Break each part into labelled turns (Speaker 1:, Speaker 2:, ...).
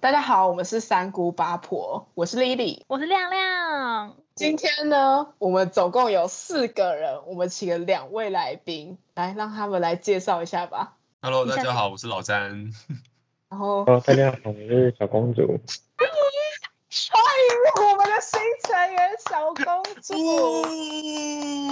Speaker 1: 大家好，我们是三姑八婆，我是 Lily。
Speaker 2: 我是亮亮，
Speaker 1: 今天呢，我们总共有四个人，我们请了两位来宾，来让他们来介绍一下吧。
Speaker 3: Hello，
Speaker 2: 你
Speaker 3: 大
Speaker 2: 想
Speaker 3: 家好，我是老詹。
Speaker 1: 然后
Speaker 4: 哦，大家好，我是小公主。
Speaker 1: 欢迎哎我们的新成员小公主。哎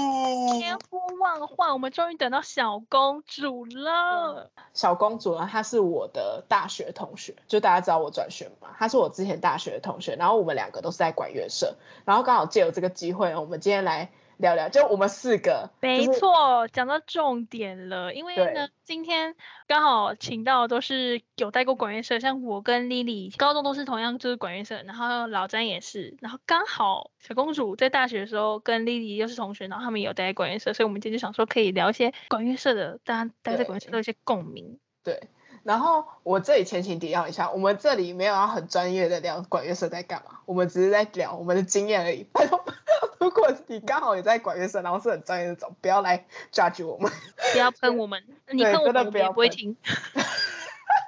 Speaker 2: 千呼万唤，我们终于等到小公主了。
Speaker 1: 小公主呢，她是我的大学同学，就大家知道我转学嘛，她是我之前大学的同学，然后我们两个都是在管乐社，然后刚好借由这个机会，我们今天来聊聊，就我们四个，
Speaker 2: 没
Speaker 1: 就是
Speaker 2: 错，讲到重点了，因为呢，今天刚好请到都是有带过管乐社，像我跟 Lily 高中都是同样就是管乐社，然后老詹也是，然后刚好小公主在大学的时候跟 Lily 又是同学，然后他们也有待在管乐社，所以我们今天就想说可以聊一些管乐社的，大家待在管乐社的一些共鸣。
Speaker 1: 对，然后我这里前情提要一下，我们这里没有要很专业的聊管乐社在干嘛，我们只是在聊我们的经验而已。拜托， 如果你刚好也在管乐社，然后是很专业的那种，不要来 judge 我们。
Speaker 2: 不要喷我们，你
Speaker 1: 对
Speaker 2: 喷我
Speaker 1: 真的
Speaker 2: 们我
Speaker 1: 不
Speaker 2: 们也
Speaker 1: 要
Speaker 2: 不会
Speaker 1: 喷
Speaker 2: 听。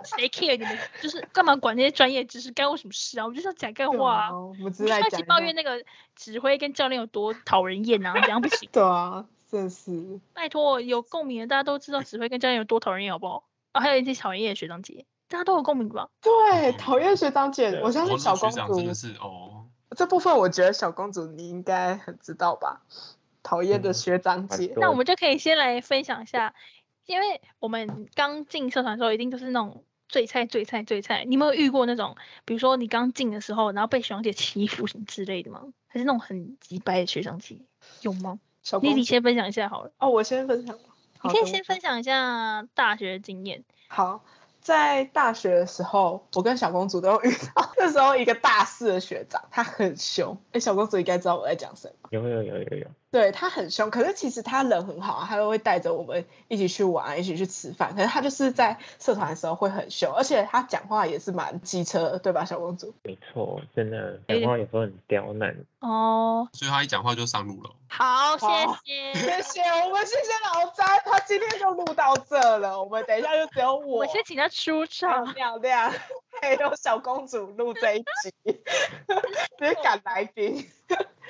Speaker 2: 谁 care 你们？就是干嘛管那些专业知识？干我什么事啊？我就是要讲干话啊！
Speaker 1: 我们只
Speaker 2: 你
Speaker 1: 是在
Speaker 2: 上
Speaker 1: 讲
Speaker 2: 期
Speaker 1: 一
Speaker 2: 抱
Speaker 1: 下。
Speaker 2: 怨那个指挥跟教练有多讨人厌啊，这样不行
Speaker 1: 对啊，真是
Speaker 2: 拜托，有共鸣的大家都知道指挥跟教练有多讨人厌，好不好？啊，还有一些讨人厌的学长姐，大家都有共鸣吧？
Speaker 1: 对讨厌学长姐，我相
Speaker 3: 我
Speaker 1: 信小
Speaker 3: 学
Speaker 1: 公
Speaker 3: 长真
Speaker 1: 主
Speaker 3: 的是哦，
Speaker 1: 这部分，我觉得小公主你应该很知道吧？讨厌的
Speaker 4: 嗯
Speaker 1: 学长姐
Speaker 4: 蛮，多
Speaker 2: 那我们就可以先来分享一下，因为我们刚进社团的时候，一定都是那种最菜、最菜、最菜。你有没有遇过那种，比如说你刚进的时候，然后被学长姐欺负什么之类的吗？还是那种很急掰的学长姐？有吗？
Speaker 1: 小
Speaker 2: 你
Speaker 1: 公
Speaker 2: 你
Speaker 1: 主
Speaker 2: 先分享一下好了，
Speaker 1: 哦，我先分享吗，好
Speaker 2: 你可以
Speaker 1: 等我
Speaker 2: 先分享一下大学的经验。
Speaker 1: 好，在大学的时候，我跟小公主都有遇到， 那时候一个大四的学长，他很凶。哎、小公主应该知道我在讲谁吧？
Speaker 4: 有有有有有，
Speaker 1: 对他很凶，可是其实他人很好啊，他都会带着我们一起去玩啊，一起去吃饭。可是他就是在社团的时候会很凶，而且他讲话也是蛮机车的，对吧，小公主？
Speaker 4: 没错，真的
Speaker 2: 有
Speaker 4: 讲
Speaker 2: 点
Speaker 4: 话有时候很刁难。
Speaker 2: 哦，
Speaker 3: 所以他一讲话就上路了。
Speaker 2: 好，谢
Speaker 1: 好
Speaker 2: 谢。
Speaker 1: 谢谢我们，谢谢老詹，他今天就录到这了。我们等一下就只有我，
Speaker 2: 我先请他出
Speaker 1: 漂
Speaker 2: 场，
Speaker 1: 亮亮， 还有小公主录这一集， 直接赶来宾。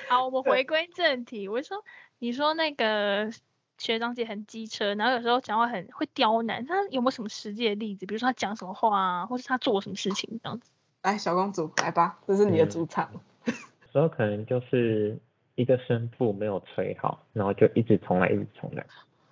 Speaker 2: 好，我们
Speaker 1: 对
Speaker 2: 回归正题。我就说，你说那个学长姐很机车，然后有时候讲话很会刁难，那有没有什么实际的例子？比如说他讲什么话啊，或是他做什么事情这样子？
Speaker 1: 来，小公主来吧，这是你的主场。
Speaker 4: 有时候可能就是一个声部没有吹好，然后就一直重来，一直重来。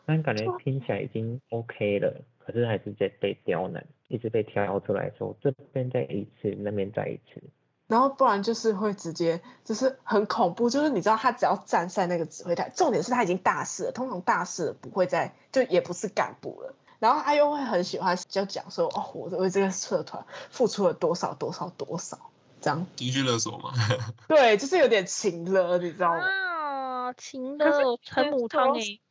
Speaker 4: 但感觉听起来已经 OK 了，可是还是在被刁难，一直被挑出来说这边再一次，那边再一次。
Speaker 1: 然后不然就是会直接，就是很恐怖，就是你知道他只要站在那个指挥台，重点是他已经大四了，通常大四了不会再就也不是干部了，然后他又会很喜欢就讲说哦，我为这个社团付出了多少多少多少这样，
Speaker 3: 情绪勒索嘛，
Speaker 1: 对，就是有点情了，你知道吗？
Speaker 2: 啊，情
Speaker 1: 可是
Speaker 2: 的
Speaker 1: 是
Speaker 2: 陈母汤欸
Speaker 1: 说
Speaker 2: 诶，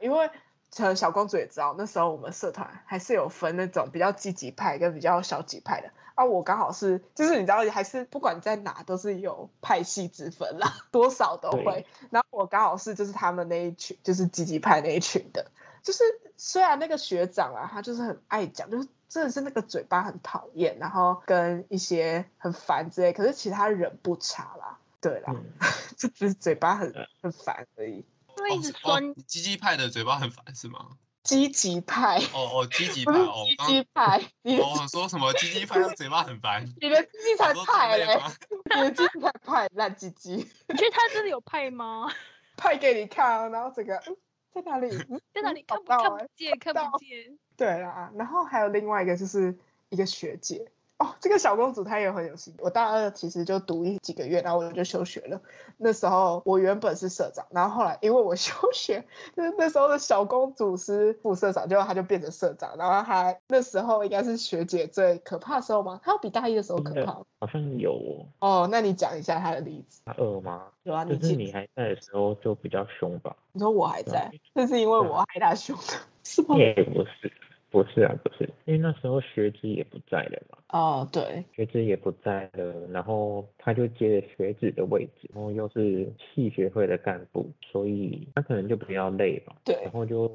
Speaker 1: 因为呃小公主也知道，那时候我们社团还是有分那种比较积极派跟比较消极派的。啊，我刚好是，就是你知道，还是不管在哪都是有派系之分啦，多少都会
Speaker 4: 对。
Speaker 1: 然后我刚好是就是他们那一群，就是积极派那一群的。就是虽然那个学长啊，他就是很爱讲，就是真的是那个嘴巴很讨厌，然后跟一些很烦之类，可是其他人不差啦，对啦，
Speaker 4: 嗯，呃
Speaker 1: 就 只是嘴巴很很烦而已。
Speaker 2: 因为一直
Speaker 3: 哦
Speaker 2: 酸
Speaker 3: 哦，积极派的嘴巴很烦是吗？
Speaker 1: 积极派。
Speaker 3: 哦哦，积极
Speaker 1: 不
Speaker 3: 派
Speaker 1: 是
Speaker 3: 哦，我
Speaker 1: 鸡
Speaker 3: 刚
Speaker 1: 鸡派，你的
Speaker 3: 哦我说什么积极派他嘴巴很烦，
Speaker 1: 你的鸡鸡才
Speaker 3: 我说
Speaker 1: 派
Speaker 3: 之类
Speaker 1: 嘞，
Speaker 3: 吗？
Speaker 1: 你的鸡鸡才派烂鸡鸡，
Speaker 2: 你觉得他真的有派 吗？
Speaker 1: 派给你看啊，然后整个嗯在哪里？嗯
Speaker 2: 在哪
Speaker 1: 嗯
Speaker 2: 里
Speaker 1: 找
Speaker 2: 看不
Speaker 1: 到
Speaker 2: 看
Speaker 1: 欸
Speaker 2: 不见看
Speaker 1: 到
Speaker 2: 不见？
Speaker 1: 对啦，啊然后还有另外一个就是一个学姐。哦，这个小公主她也很有心。我大二其实就读一几个月，然后我就休学了。那时候我原本是社长，然后后来因为我 休学，就是那时候的小公主是副社长，结果她就变成社长。然后她那时候应该是学姐最可怕的时候嘛，她有比大一的时候可
Speaker 4: 真的
Speaker 1: 怕吗。
Speaker 4: 好像有哦
Speaker 1: 哦，那你讲一下她的例子。
Speaker 4: 大二吗？
Speaker 1: 有啊，
Speaker 4: 就是
Speaker 1: 记
Speaker 4: 你啊还在的时候就比较凶吧？
Speaker 1: 你说我还在，那是因为我害他凶的，是吗？
Speaker 4: 也不是，不是啊，不是，因为那时候学姐也不在了嘛，
Speaker 1: 哦，对，
Speaker 4: 学姐也不在了，然后他就接了学姐的位置，然后又是系学会的干部，所以他可能就比较累吧。然
Speaker 1: 对，
Speaker 4: 后就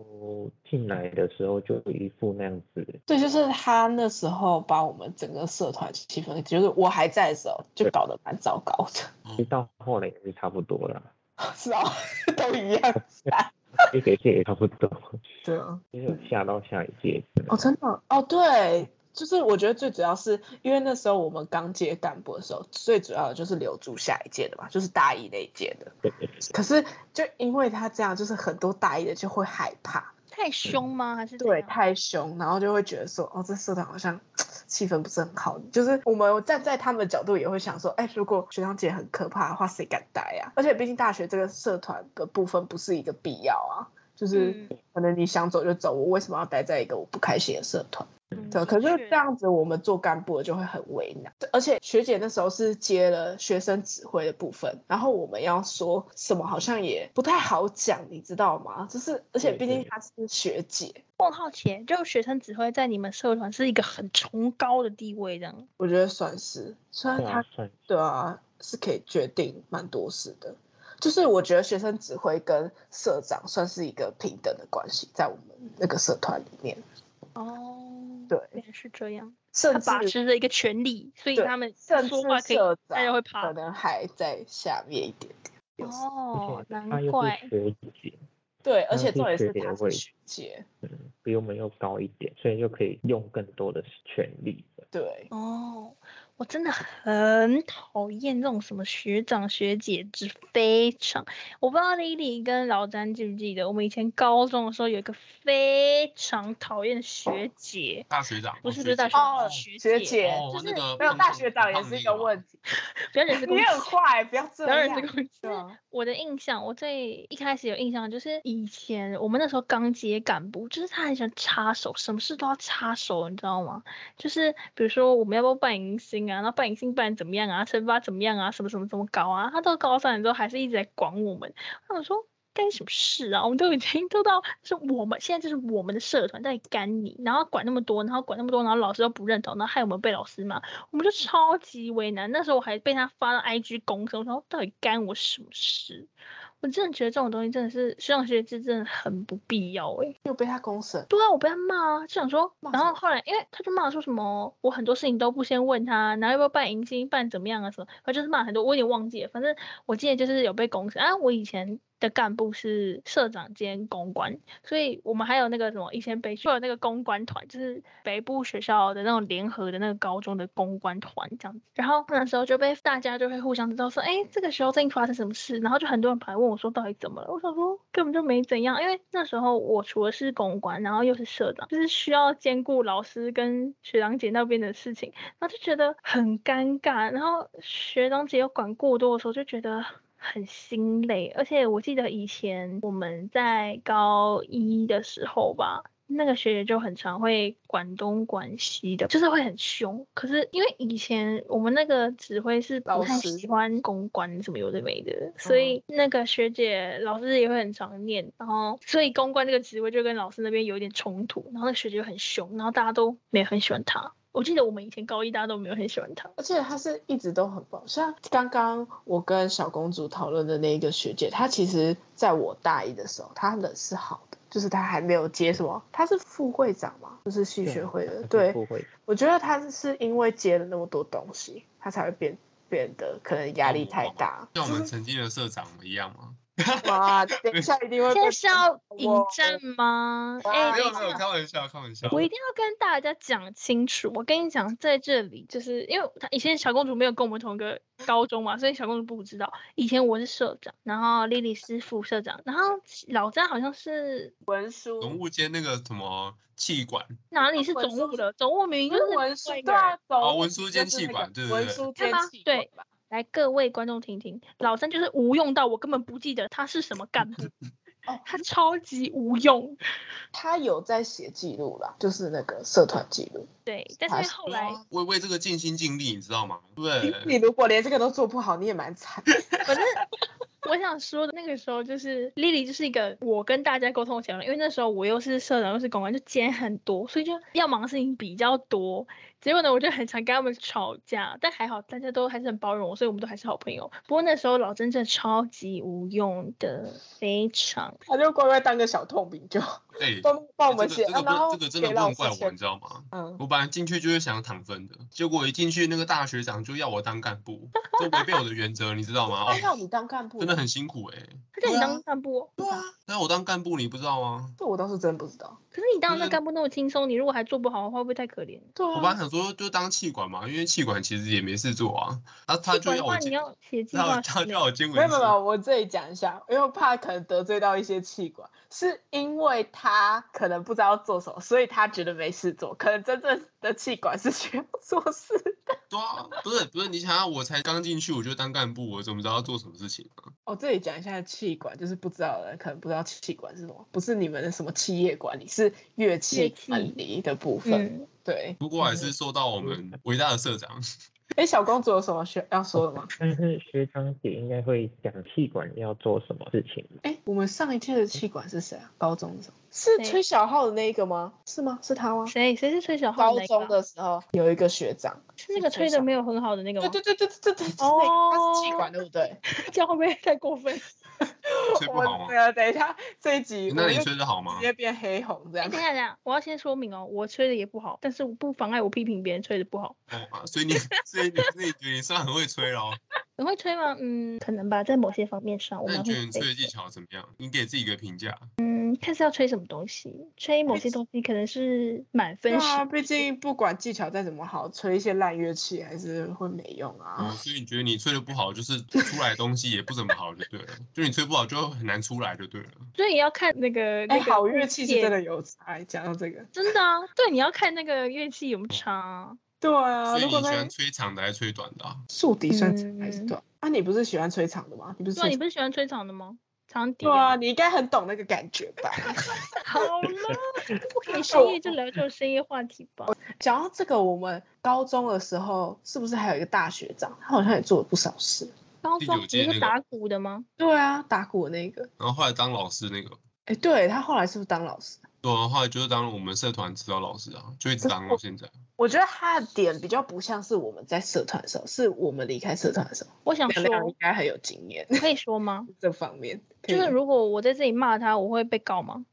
Speaker 4: 进来的时候就一副那样子，
Speaker 1: 对，就是他那时候把我们整个社团气氛，就是我还在的时候，就搞得蛮糟糕的，
Speaker 4: 其实到后来也是差不多啦，
Speaker 1: 是啊， 都一样。
Speaker 4: 一学届也差不多，
Speaker 1: 对啊，
Speaker 4: 就是有下到下一届。
Speaker 1: 哦，真的哦，对，就是我觉得最主要是因为那时候我们刚接干部的时候，最主要的就是留住下一届的嘛，就是大一那一届的。
Speaker 4: 对对对
Speaker 1: 可是就因为他这样，就是很多大一的就会害怕，
Speaker 2: 太凶吗？还是怎
Speaker 1: 对，
Speaker 2: 样
Speaker 1: 太凶，然后就会觉得说，哦，这社团好像气氛不是很好。就是我们站在他们的角度也会想说，哎，如果学长姐很可怕的话，谁敢待啊？而且毕竟大学这个社团的部分不是一个必要啊，就是
Speaker 2: 嗯
Speaker 1: 可能你想走就走，我为什么要待在一个我不开心的社团？
Speaker 2: 嗯
Speaker 1: 对，啊
Speaker 2: 的
Speaker 1: 可是这
Speaker 2: 确
Speaker 1: 样子我们做干部的就会很为难，而且学姐那时候是接了学生指挥的部分，然后我们要说什么好像也不太好讲，你知道吗？就是而且
Speaker 4: 对
Speaker 1: 毕竟
Speaker 4: 对
Speaker 1: 她是学姐，
Speaker 2: 我很好奇，欸就学生指挥在你们社团是一个很崇高的地位，这样
Speaker 1: 我觉得算是，虽然
Speaker 4: 对啊
Speaker 1: 她
Speaker 4: 算
Speaker 1: 对啊是可以决定蛮多事的，就是我觉得学生指挥跟社长算是一个平等的关系，在我们那个社团里面，
Speaker 2: 哦，
Speaker 1: 对
Speaker 2: 原来是这样，他
Speaker 1: 甚至
Speaker 2: 把持着一个权力，所以
Speaker 1: 对
Speaker 2: 他们
Speaker 1: 甚
Speaker 2: 说话
Speaker 1: 至
Speaker 2: 可以
Speaker 1: 社
Speaker 2: 大家
Speaker 1: 长
Speaker 2: 会怕
Speaker 1: 可能还在下面一点点。有时候
Speaker 2: 哦
Speaker 4: 而，且他
Speaker 2: 难
Speaker 4: 又
Speaker 2: 怪
Speaker 4: 是学姐，
Speaker 1: 对，而
Speaker 4: 那
Speaker 1: 且
Speaker 4: 是
Speaker 1: 重点
Speaker 4: 学
Speaker 1: 是
Speaker 4: 姐
Speaker 1: 她
Speaker 4: 的
Speaker 1: 是
Speaker 4: 位置
Speaker 1: 学姐，
Speaker 4: 嗯，比我们又高一点，所以就可以用更多的权利了。
Speaker 1: 对，
Speaker 2: 哦。我真的很讨厌这种什么学长学姐制，非常我不知道 Lily 跟老詹记不记得，我们以前高中的时候有一个非常讨厌的学姐，
Speaker 3: 大学长，
Speaker 2: 不是
Speaker 3: 哦
Speaker 2: 不是大学
Speaker 1: 长
Speaker 2: 长，
Speaker 1: 哦
Speaker 2: 是
Speaker 1: 学
Speaker 2: 学
Speaker 1: 姐
Speaker 3: 哦
Speaker 2: 就是
Speaker 3: 那个
Speaker 1: 没有
Speaker 3: 胖
Speaker 1: 大
Speaker 3: 子
Speaker 1: 学长也
Speaker 3: 胖
Speaker 1: 是
Speaker 3: 那
Speaker 1: 一
Speaker 3: 个
Speaker 1: 个
Speaker 3: 吗
Speaker 1: 问题，
Speaker 2: 不要人身攻
Speaker 1: 你
Speaker 2: 击。
Speaker 1: 很快，不要这
Speaker 2: 然后人
Speaker 1: 样
Speaker 2: 身。攻击。
Speaker 1: 对啊，
Speaker 2: 我的印象，我最一开始有印象就是以前我们那时候刚接干部，就是他很喜欢插手，什么事都要插手，你知道吗？就是比如说我们要不要办迎新啊，然后办迎新办怎么样啊，惩罚怎么样啊，什么什么怎么搞啊，他到高三的时候还是一直在管我们。那我说。干你什么事啊？我们都已经都到是我们现在就是我们的社团在干你，然后管那么多，然后管那么多，然后老师又不认同，然后害我们被老师骂，我们就超级为难。那时候我还被他发到 IG 公司，我说到底干我什么事？我真的觉得这种东西真的是学长学制真的很不必要诶、
Speaker 1: 又被他公审，
Speaker 2: 对啊，我被他骂啊，就想说，
Speaker 1: 骂
Speaker 2: 然
Speaker 1: 什
Speaker 2: 后
Speaker 1: 么
Speaker 2: 后来因为他就骂说什么我很多事情都不先问他，然后要不要办迎新办怎么样啊什么，反正就是骂很多，我有点忘记了，反正我记得就是有被公审啊。我以前的干部是社长兼公关，所以我们还有那个什么以前北区有那个公关团，就是北部学校的那种联合的那个高中的公关团这样子。然后那时候就被大家就会互相知道说，哎，这个时候最近发生什么事，然后就很多人跑来问我说到底怎么了，我想说根本就没怎样，因为那时候我除了是公关，然后又是社长，就是需要兼顾老师跟学长姐那边的事情，然后就觉得很尴尬，然后学长姐又管过多的时候，就觉得很心累。而且我记得以前我们在高一的时候吧，那个学姐就很常会管东管西的，就是会很凶。可是因为以前我们那个指挥是不
Speaker 1: 老
Speaker 2: 太
Speaker 1: 师
Speaker 2: 喜欢公关什么有的没
Speaker 3: 嗯
Speaker 2: 的，所以那个学姐老师也会很常念，然后所以公关这个职位就跟老师那边有一点冲突，然后那个学姐就很凶，然后大家都没有很喜欢她。我记得我们以前高一大家都没有很喜欢她。
Speaker 1: 而且他是一直都很棒。像刚刚我跟小公主讨论的那一个学姐，她其实在我大一的时候，她人是好的，就是她还没有接什么，她是副会长嘛，就是系学会的，对，
Speaker 4: 不会，
Speaker 1: 我觉得他是因为接了那么多东西，他才会变变得可能压力太大。
Speaker 3: 像哦我们曾经的社长一样吗？
Speaker 1: 哇，等一下一定会
Speaker 2: 现
Speaker 1: 被
Speaker 2: 在是要引
Speaker 1: 我
Speaker 2: 战吗？
Speaker 1: 哇
Speaker 2: 哎、
Speaker 3: 没
Speaker 2: 等
Speaker 3: 有
Speaker 2: 一
Speaker 3: 没有，
Speaker 2: 下
Speaker 3: 开玩笑，开玩笑。
Speaker 2: 我一定要跟大家讲清楚。我跟你讲，在这里就是因为她以前小公主没有跟我们同一个高中嘛，所以小公主不知道。以前我是社长，然后莉莉是副社长，然后老詹好像是
Speaker 1: 文
Speaker 3: 总
Speaker 1: 书，
Speaker 3: 务间那个什么气管，
Speaker 2: 哪里是
Speaker 1: 文
Speaker 2: 总
Speaker 1: 书
Speaker 2: 务的？总务明明
Speaker 1: 不
Speaker 2: 就是是
Speaker 1: 文书
Speaker 2: 另外一，个
Speaker 1: 对
Speaker 2: 人
Speaker 1: 啊，
Speaker 3: 哦
Speaker 1: 总
Speaker 3: 文书兼
Speaker 1: 就是那
Speaker 3: 气管
Speaker 1: 个
Speaker 3: 对对
Speaker 1: 文
Speaker 3: 对
Speaker 1: 书
Speaker 2: 看
Speaker 1: 兼
Speaker 2: 吧
Speaker 1: 气管
Speaker 2: 对
Speaker 1: 吧。，
Speaker 2: 来，各位观众听听，老三就是无用到我根本不记得他是什么干部
Speaker 1: 哦
Speaker 2: 他超级无用。
Speaker 1: 他有在写记录啦，就是那个社团记录。
Speaker 2: 对，但是因为
Speaker 1: 他
Speaker 2: 后来，
Speaker 3: 为为这个尽心尽力，你知道吗？对 不
Speaker 1: 你
Speaker 3: 对，
Speaker 1: 如果连这个都做不好，你也蛮惨。
Speaker 2: 反正我想说的那个时候就是丽丽就是一个我跟大家沟通的桥梁，因为那时候我又是社长又是公关，就兼很多，所以就要忙的事情比较多。结果呢，我就很常跟他们吵架，但还好大家都还是很包容我，所以我们都还是好朋友。不过那时候老真真的超级无用的，非常
Speaker 1: 他就乖乖当个小痛兵就 好
Speaker 3: 哎、
Speaker 1: 帮帮我们
Speaker 3: 这
Speaker 1: 写，
Speaker 3: 个这
Speaker 1: 啊
Speaker 3: 个
Speaker 1: 然后
Speaker 3: 不这个真的
Speaker 1: 给
Speaker 3: 不
Speaker 1: 老
Speaker 3: 能
Speaker 1: 师
Speaker 3: 怪我，你
Speaker 1: 签
Speaker 3: 知道吗？
Speaker 1: 嗯，
Speaker 3: 我本来进去就是想躺分的，结果我一进去那个大学长就要我当干部，这违背我的原则，你知道吗？
Speaker 1: 他要
Speaker 3: 哦，
Speaker 1: 哎你当干部，
Speaker 3: 真的很辛苦哎、欸。
Speaker 2: 他叫你
Speaker 3: 对啊
Speaker 2: 当干部哦，
Speaker 3: 对啊，那我当干部你不知道吗？
Speaker 1: 这我倒是真不知道。
Speaker 2: 可是你当那
Speaker 3: 就是
Speaker 2: 干部那么轻松，你如果还做不好的话，会不会太可怜？
Speaker 1: 对
Speaker 3: 我本来
Speaker 1: 啊，
Speaker 3: 想说就当气管嘛，因为气管其实也没事做啊。他他
Speaker 2: 气
Speaker 3: 就
Speaker 2: 管
Speaker 3: 要
Speaker 2: 的话
Speaker 3: 我
Speaker 2: 你
Speaker 3: 兼，
Speaker 2: 要 写计
Speaker 3: 他
Speaker 2: 划
Speaker 3: 他
Speaker 2: 书
Speaker 3: 叫
Speaker 2: 嘞，
Speaker 3: 我经
Speaker 1: 没有没
Speaker 3: 文系
Speaker 1: 有，没有我这里讲一下，因为我怕可能得罪到一些气管，是因为他可能不知道做什么，所以他觉得没事做。可能真正的气管是需要做事。
Speaker 3: 对啊，不是不是，你想想我才刚进去我就当干部，我怎么知道要做什么事情啊？
Speaker 1: 我、这里讲一下气管，就是不知道的人可能不知道气管是什么，不是你们的什么企业管理，是乐器
Speaker 2: 乐器
Speaker 1: 管理的部分。
Speaker 2: 嗯，
Speaker 1: 对，
Speaker 3: 不过还是受到我们
Speaker 1: 嗯
Speaker 3: 伟大的社长，
Speaker 1: 哎，小公主有什么需要说的吗？
Speaker 4: 但是学长姐应该会讲气管要做什么事情。
Speaker 1: 哎，我们上一届的气管是谁啊？高中的时候是
Speaker 2: 谁
Speaker 1: 崔小浩的那一个吗？是吗？是他吗？
Speaker 2: 谁谁是吹小号
Speaker 1: 高
Speaker 2: 那
Speaker 1: 中
Speaker 2: 个啊？
Speaker 1: 的时候有一个学长，
Speaker 2: 是那个
Speaker 1: 吹
Speaker 2: 吹
Speaker 1: 小
Speaker 2: 的没有很好的那个
Speaker 1: 对
Speaker 2: 吗？
Speaker 1: 对对对对对对，就是那
Speaker 2: 哦
Speaker 1: 个他是气管对不对？
Speaker 2: 这样会不会太过 分？
Speaker 3: 吹不好
Speaker 1: 我啊
Speaker 3: 吗
Speaker 1: 对？啊，等一下这一集
Speaker 3: 那
Speaker 1: 我
Speaker 3: 你
Speaker 1: 就
Speaker 3: 吹啊的好吗
Speaker 1: 直？接变黑红这
Speaker 2: 哎、
Speaker 1: 样
Speaker 2: 等。一下等一下，我要先说明哦，我吹的也不好，但是我不妨碍我批评别人吹的不好。
Speaker 3: 哦啊所以你所以你自己觉得你算很会吹哦咯。
Speaker 2: 你会吹吗？嗯，可能吧，在某些方面上，我
Speaker 3: 那
Speaker 2: 们
Speaker 3: 你觉得你
Speaker 2: 会
Speaker 3: 吹的
Speaker 2: 吹
Speaker 3: 技。巧怎么样？你给自己一个评价。
Speaker 2: 嗯，看是要吹什么东西，吹某些东西可能是满
Speaker 1: 对
Speaker 2: 分十，
Speaker 1: 啊，毕竟不管技巧再怎么好，吹一些烂乐器还是会没用
Speaker 3: 哦，
Speaker 1: 啊。
Speaker 3: 所以你觉得你吹的不好，就是出来的东西也不怎么好，就对了。就你吹不好，就很难出来，就对了。
Speaker 2: 所以也要看那个
Speaker 1: 哎、
Speaker 2: 那个
Speaker 1: 好乐器是
Speaker 2: 界
Speaker 1: 真的有才。讲到这个，
Speaker 2: 真的啊，对，你要看那个乐器有没有差、啊。
Speaker 1: 对啊，
Speaker 3: 所以
Speaker 1: 如
Speaker 3: 你
Speaker 1: 果
Speaker 3: 喜
Speaker 1: 那
Speaker 3: 欢吹长的还是吹短的、啊？
Speaker 1: 竖笛算长还是
Speaker 2: 嗯
Speaker 1: 短？啊，你不是喜欢吹长的吗？你不是
Speaker 2: 对啊，
Speaker 1: 吹
Speaker 2: 你不是喜欢吹长的吗？长笛、
Speaker 1: 对啊，你应该很懂那个感觉 吧？
Speaker 2: 好了，不可以深夜就聊这种深夜话题吧。
Speaker 1: 讲到这个，我们高中的时候是不是还有一个大学长？他好像也做了不少事。
Speaker 2: 高
Speaker 3: 第
Speaker 2: 中
Speaker 3: 九
Speaker 2: 不
Speaker 3: 届那
Speaker 2: 是
Speaker 3: 个
Speaker 2: 打鼓的吗？
Speaker 1: 对啊，打鼓的那个。
Speaker 3: 然后后来当老师那个，
Speaker 1: 哎，对他后来是不是当老师？
Speaker 3: 对啊，后来就是当我们社团指导老师啊，就一直当到现在。
Speaker 1: 我觉得他的点比较不像是我们在社团的时候，是我们离开社团的时候，
Speaker 2: 我想
Speaker 1: 亮亮应
Speaker 2: 说，
Speaker 1: 该很有经 验
Speaker 2: 可以说吗？
Speaker 1: 这方面。可以
Speaker 2: 就是如果我在这里骂他，我会被告吗？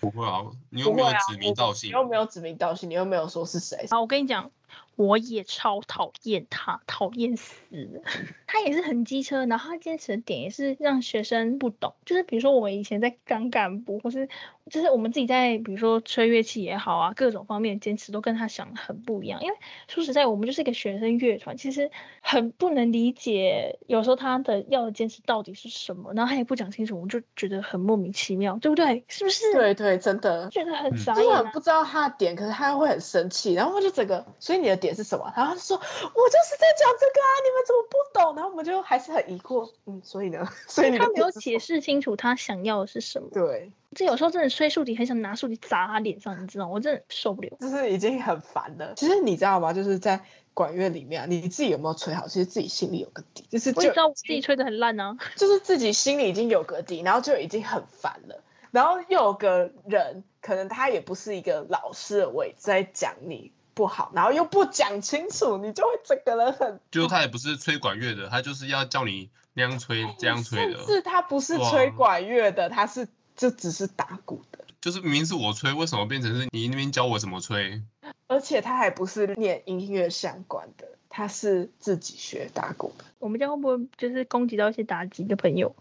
Speaker 3: 不会啊，你又
Speaker 1: 不
Speaker 3: 没
Speaker 1: 会
Speaker 3: 有
Speaker 1: 啊，
Speaker 3: 指名道姓
Speaker 1: 你，又没有指名道姓，你又没有说是谁。
Speaker 2: 好，我跟你讲，我也超讨厌他，讨厌死了。 他也是很机车，然后他坚持的点也是让学生不懂，就是比如说我们以前在当干部，或是就是我们自己在比如说吹乐器也好啊，各种方面的坚持都跟他想的很不一样。因为说实在，我们就是一个学生乐团，其实很不能理解，有时候他的要的坚持到底是什么，然后他也不讲清楚，我就觉得很莫名其妙，对不对？是不是？，
Speaker 1: 对对，真的。
Speaker 2: 觉得很
Speaker 3: 嗯
Speaker 2: 傻
Speaker 1: 真
Speaker 2: 眼、
Speaker 1: 的
Speaker 2: 啊。
Speaker 1: 很不知道他的点，可是他会很生气，然后我就整个，所以你的点是什么？然后他就说，我就是在讲这个啊，你们怎么不懂？然后我们就还是很疑惑，嗯，所以呢， 所以你的
Speaker 2: 他没
Speaker 1: 点
Speaker 2: 有
Speaker 1: 是
Speaker 2: 解
Speaker 1: 什
Speaker 2: 释清楚他想要的是什么
Speaker 1: 么，。对，
Speaker 2: 这有时候真的吹竖笛，很想拿竖笛砸他脸上，你知道吗，我真的受不了。
Speaker 1: 就是已经很烦了。其实你知道吗？就是在管乐里面、啊，你自己有没有吹好，其实自己心里有个底，就是
Speaker 2: 我
Speaker 1: 就
Speaker 2: 也知道我自己吹的很烂啊，
Speaker 1: 就是自己心里已经有个底，然后就已经很烦了。然后又有个人，可能他也不是一个老师的位置，在讲你不好，然后又不讲清楚，你就会整个人很
Speaker 3: 就是他也不是吹管乐的，他就是要叫你那样吹
Speaker 1: 哦
Speaker 3: 这样吹
Speaker 1: 甚
Speaker 3: 的，
Speaker 1: 至他不是吹管乐的，他是就只是打鼓的，
Speaker 3: 就是明明是我吹，为什么变成是你那边教我怎么吹？
Speaker 1: 而且他还不是念音乐相关的，他是自己学打鼓的。
Speaker 2: 我们这样会不会就是攻击到一些打击的朋友，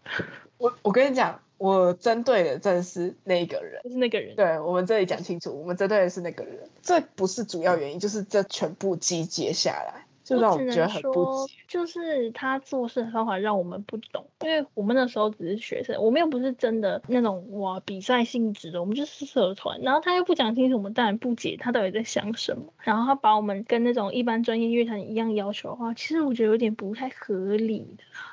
Speaker 1: 我我跟你讲，我针对的正是那个人。
Speaker 2: 就是那个人？
Speaker 1: 对我们这里讲清楚，我们针对的是那个人，这不是主要原因，就是这全部集结下来，就让我
Speaker 2: 我只
Speaker 1: 们觉得
Speaker 2: 能
Speaker 1: 很不
Speaker 2: 说
Speaker 1: 解。，
Speaker 2: 就是他做事的方法让我们不懂，因为我们那时候只是学生，我们又不是真的那种哇比赛性质的，我们就是社团。然后他又不讲清楚，我们当然不解他到底在想什么。然后他把我们跟那种一般专业乐团一样要求的话，其实我觉得有点不太合理，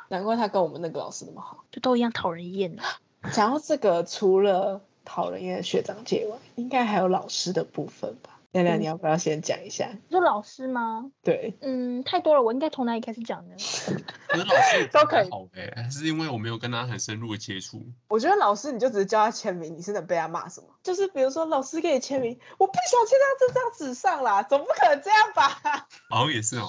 Speaker 1: 难怪他跟我们那个老师那么好。
Speaker 2: 就都一样讨人厌的。啊
Speaker 1: 讲到这个，除了讨人厌的学长界外，应该还有老师的部分吧？亮亮，你
Speaker 2: 嗯
Speaker 1: 要不要先讲一下？
Speaker 2: 你说老师吗？
Speaker 1: 对，
Speaker 2: 嗯，太多了，我应该从哪里开 始讲呢？
Speaker 3: 可是老师
Speaker 1: 都可以
Speaker 3: 还好哎、欸，是因为我没有跟他很深入的接触。
Speaker 1: 我觉得老师你就只是叫他签名，你是能被他骂什么？就是比如说老师给你签名，我不想签在这张纸上啦，总不可能这样吧？
Speaker 3: 好像也是哦，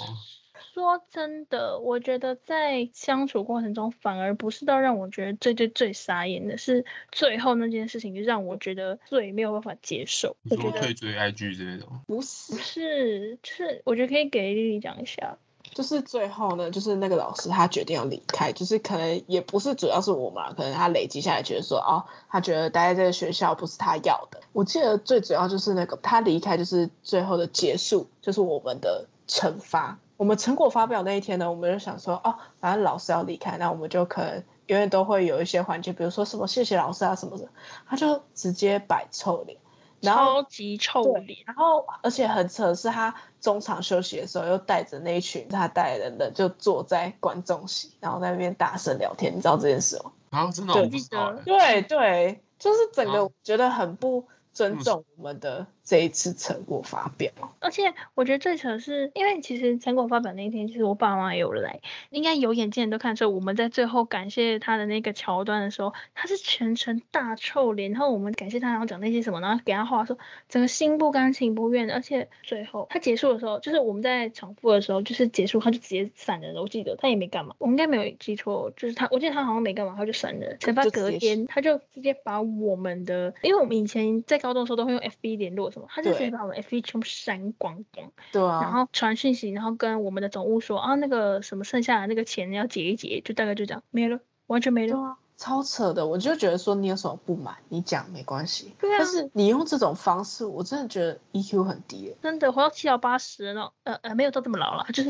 Speaker 2: 说真的，我觉得在相处过程中，反而不是到让我觉得最最最傻眼的是最后那件事情，就让我觉得最没有办法接受。
Speaker 3: 你
Speaker 2: 我觉
Speaker 3: 说
Speaker 2: 得
Speaker 3: 退追 IG 之类的哦，
Speaker 1: 不是
Speaker 2: 不，是，就是我觉得可以给丽丽讲一下。
Speaker 1: 就是最后呢，就是那个老师他决定要离开，就是可能也不是主要是我们啊，可能他累积下来觉得说，哦，他觉得待在这个学校不是他要的。我记得最主要就是那个他离开，就是最后的结束，就是我们的惩罚。我们成果发表那一天呢，我们就想说，哦，反正老师要离开，那我们就可能因为都会有一些环节，比如说什么谢谢老师啊什么的，他就直接摆臭脸，然后
Speaker 2: 超级臭
Speaker 1: 对
Speaker 2: 脸，
Speaker 1: 然后而且很扯的是，他中场休息的时候又带着那一群他带的人就坐在观众席，然后在那边大声聊天，你知道这件事吗？
Speaker 3: 啊，真的
Speaker 1: 对
Speaker 3: 我不知道哎、
Speaker 1: 对对，就是整个
Speaker 3: 啊
Speaker 1: 我觉得很不尊重我们的这一次成果发表。
Speaker 2: 而且我觉得最扯的是，因为其实成果发表那一天，其实我爸妈也有来，应该有眼见人都看得出来，我们在最后感谢他的那个桥段的时候，他是全程大臭脸，然后我们感谢他，然后讲那些什么，然后给他话说，整个心不甘情不愿，而且最后他结束的时候，就是我们在重复的时候，就是结束他就直接闪人了，我记得他也没干嘛，我应该没有记错，就是他，我记得他好像没干嘛，他就闪人，才发
Speaker 1: 就
Speaker 2: 隔
Speaker 1: 直接
Speaker 2: 天他就直接把我们的，因为我们以前在高中的时候都会用 FB 联络什么，他就直接
Speaker 1: 对
Speaker 2: 把我们 FB 全部删光光，
Speaker 1: 对
Speaker 2: 然
Speaker 1: 啊，
Speaker 2: 后传讯息，然后跟我们的总务说啊，那个什么剩下的那个钱要结一结，就大概就这样，没了，完全没
Speaker 1: 对
Speaker 2: 了。
Speaker 1: 啊，超扯的。我就觉得说你有什么不满，你讲没关系。
Speaker 2: 对啊
Speaker 1: 但是你用这种方式，我真的觉得 EQ 很低耶。
Speaker 2: 真的活到七老八十了，呃呃，没有到这么老了，就是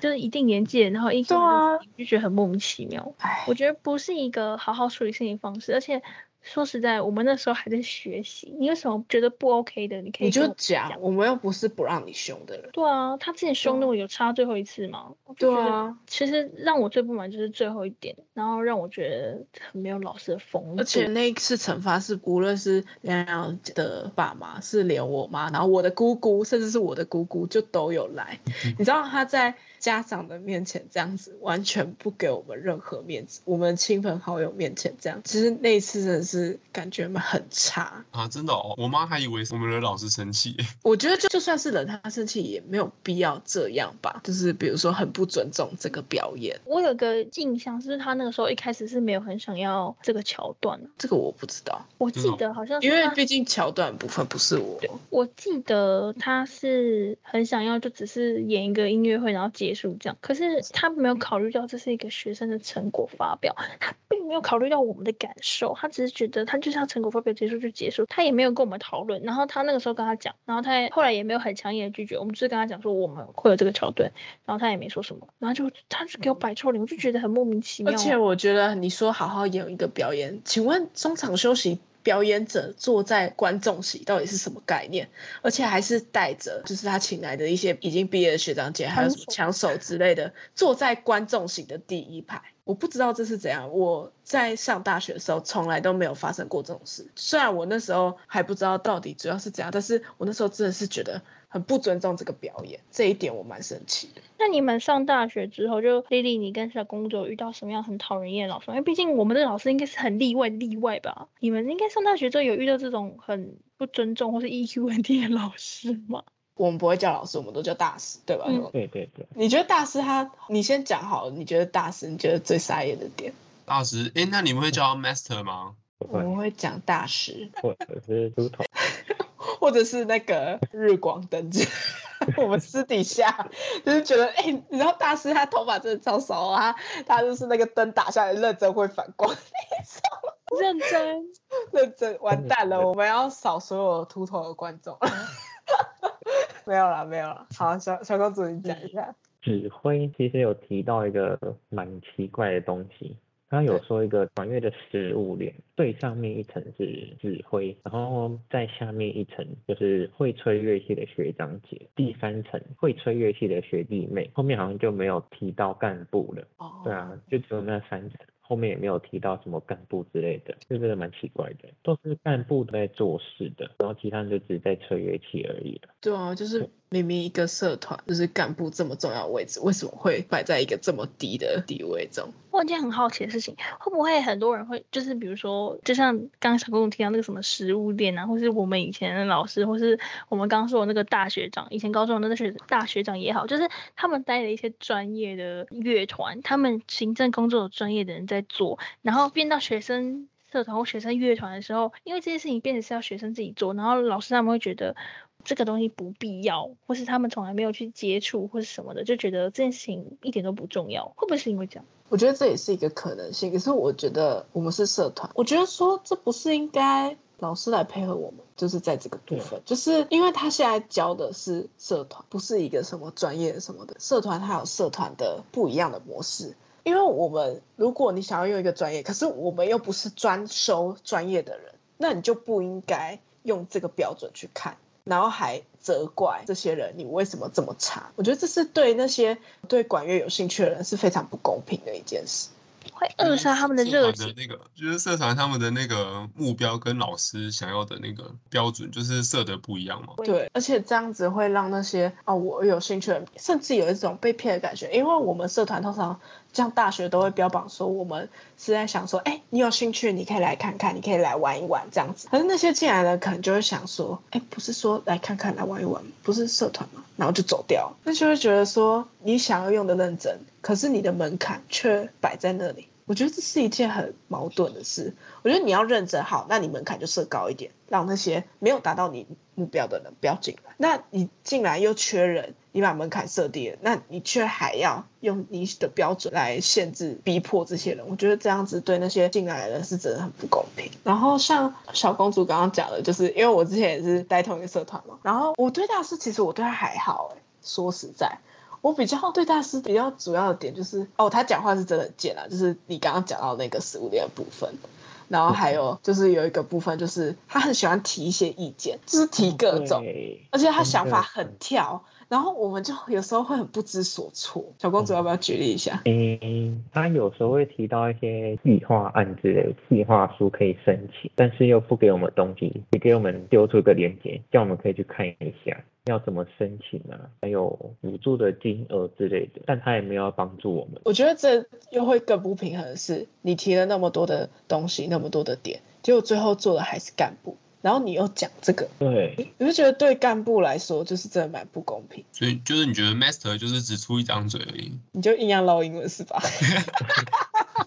Speaker 2: 就是一定年纪了，然后一
Speaker 1: 对啊
Speaker 2: 就觉得很莫名其妙。
Speaker 1: 哎
Speaker 2: 我，觉得不是一个好好处理事情的方式，而且说实在，我们那时候还在学习，你有什么觉得不 OK 的，你可以
Speaker 1: 你就
Speaker 2: 跟我
Speaker 1: 讲，我们又不是不让你凶的人。
Speaker 2: 对啊，他之前凶那么有差最后一次嘛？我就
Speaker 1: 对
Speaker 2: 觉得
Speaker 1: 啊，
Speaker 2: 其实让我最不满就是最后一点，然后让我觉得很没有老师的风度。
Speaker 1: 而且那一次惩罚是，无论是亮亮的爸妈，是连我妈，然后我的姑姑，甚至是我的姑姑，就都有来。你知道他在家长的面前这样子，完全不给我们任何面子，我们亲朋好友面前这样，其实那一次真的是感觉蛮很差。
Speaker 3: 啊，真的哦，我妈还以为是我们惹老师生气、 欸，
Speaker 1: 我觉得就就算是惹他生气，也没有必要这样吧。就是比如说很不尊重这个表演，
Speaker 2: 我有个印象，就是他那个时候一开始是没有很想要这个桥段的，
Speaker 1: 这个我不知道，
Speaker 2: 我
Speaker 3: 真
Speaker 2: 记
Speaker 3: 的哦
Speaker 2: 得好像
Speaker 1: 嗯
Speaker 2: 是
Speaker 1: 因为
Speaker 2: 他
Speaker 1: 毕竟桥段部分不是我。
Speaker 2: 我记得他是很想要，就只是演一个音乐会，然后结束这样。可是他没有考虑到这是一个学生的成果发表，他并没有考虑到我们的感受，他只是觉得他就像成果发表结束就结束，他也没有跟我们讨论。然后他那个时候跟他讲，然后他也后来也没有很强硬的拒绝，我们只是跟他讲说我们会有这个桥段，然后他也没说什么，然后就他就给我摆臭脸，我就觉得很莫名其妙
Speaker 1: 而
Speaker 2: 啊。
Speaker 1: 且我觉得你说好好演一个表演，请问中场休息表演者坐在观众席到底是什么概念？而且还是带着就是他请来的一些已经毕业的学长姐，还有什么抢
Speaker 2: 抢
Speaker 1: 手之类的，坐在观众席的第一排。我不知道这是怎样。我在上大学的时候，从来都没有发生过这种事。虽然我那时候还不知道到底主要是怎样，但是我那时候真的是觉得很不尊重这个表演，这一点我蛮生气的。
Speaker 2: 那你们上大学之后，就丽丽，你跟小公主有遇到什么样很讨人厌的老师吗？因为毕竟我们的老师应该是很例外的例外吧？你们应该上大学之后有遇到这种很不尊重或是 E EQ 很低的老师吗？
Speaker 1: 我们不会叫老师，我们都叫大师，对吧？
Speaker 2: 嗯
Speaker 4: 对对对，
Speaker 1: 你觉得大师他，你先讲好了，你觉得大师你觉得最傻眼的点？
Speaker 3: 大师，哎、那你们会叫他 master 吗？
Speaker 4: 不
Speaker 1: 我
Speaker 4: 会
Speaker 1: 们会讲大师，
Speaker 4: 或者是猪头，
Speaker 1: 或者是那个日光灯之类的 我们私底下就是觉得，哎、你知道大师他头发真的超少啊，他就是那个灯打下来，认真会反光，
Speaker 2: 认真，
Speaker 1: 认真完蛋了，我们要扫所有秃头的观众。 没有啦，没有啦。好，小小公主，你讲一下。
Speaker 4: 指挥其实有提到一个蛮奇怪的东西，他有说一个管乐的食物链，最上面一层是指挥，然后在下面一层就是会吹乐器的学长姐，第三层会吹乐器的学弟妹，后面好像就没有提到干部了。
Speaker 1: 哦
Speaker 4: 对啊，就只有那三层。后面也没有提到什么干部之类的，这真的蛮奇怪的，都是干部在做事的，然后其他人就只是在吹乐器而已了。
Speaker 1: 对啊，就是明明一个社团就是干部这么重要的位置，为什么会摆在一个这么低的地位中？
Speaker 2: 我有一件很好奇的事情，会不会很多人会就是比如说，就像刚刚小公主提到那个什么食物链啊，或是我们以前的老师，或是我们刚刚说的那个大学长，以前高中的那个学大学长也好，就是他们带了一些专业的乐团，他们行政工作有专业的人在做，然后变到学生。社团或学生乐团的时候，因为这件事情变成是要学生自己做，然后老师他们会觉得这个东西不必要，或是他们从来没有去接触或是什么的，就觉得这件事情一点都不重要，会不会是因为这样？
Speaker 1: 我觉得这也是一个可能性，可是我觉得我们是社团，我觉得说这不是应该老师来配合我们，就是在这个部分，就是因为他现在教的是社团，不是一个什么专业什么的，社团它有社团的不一样的模式。因为我们如果你想要用一个专业，可是我们又不是专收专业的人，那你就不应该用这个标准去看，然后还责怪这些人你为什么这么差。我觉得这是对那些对管乐有兴趣的人是非常不公平的一件事。
Speaker 2: 会扼杀他们的热
Speaker 3: 社团
Speaker 2: 情
Speaker 3: 的。那个，就是社团他们的那个目标跟老师想要的那个标准，就是设的不一样嘛。
Speaker 1: 对，而且这样子会让那些哦，我有兴趣的人，甚至有一种被骗的感觉，因为我们社团通常像大学都会标榜说，我们是在想说，哎、你有兴趣，你可以来看看，你可以来玩一玩这样子。可是那些进来的可能就会想说，哎、不是说来看看来玩一玩，不是社团嘛，然后就走掉。那就会觉得说，你想要用的认真，可是你的门槛却摆在那里。我觉得这是一件很矛盾的事。我觉得你要认真好，那你门槛就设高一点，让那些没有达到你目标的人不要进来。那你进来又缺人，你把门槛设低了，那你却还要用你的标准来限制、逼迫这些人。我觉得这样子对那些进来的人是真的很不公平。然后像小公主刚刚讲的，就是因为我之前也是待同一个社团嘛，然后我对大师其实我对他还好、欸，说实在，我比较对大师比较主要的点就是，哦，他讲话是真的很贱啊，就是你刚刚讲到那个食物链的部分，然后还有就是有一个部分就是他很喜欢提一些意见，就是提各种，
Speaker 4: 嗯对
Speaker 1: 而且他想法很跳，然后我们就有时候会很不知所措。小公主要不要举例一下？
Speaker 4: 嗯，他有时候会提到一些计划案之类的计划书可以申请，但是又不给我们东西，只给我们丢出一个链接，叫我们可以去看一下要怎么申请啊，还有补助的金额之类的，但他也没有要帮助我们。
Speaker 1: 我觉得这又会更不平衡的是，你提了那么多的东西，那么多的点，结果最后做的还是干部，然后你又讲这个，
Speaker 4: 对，
Speaker 1: 你不觉得对干部来说就是真的蛮不公平？
Speaker 3: 所以就是你觉得 master 就是只出一张嘴而已，
Speaker 1: 你就硬要唠英文是吧？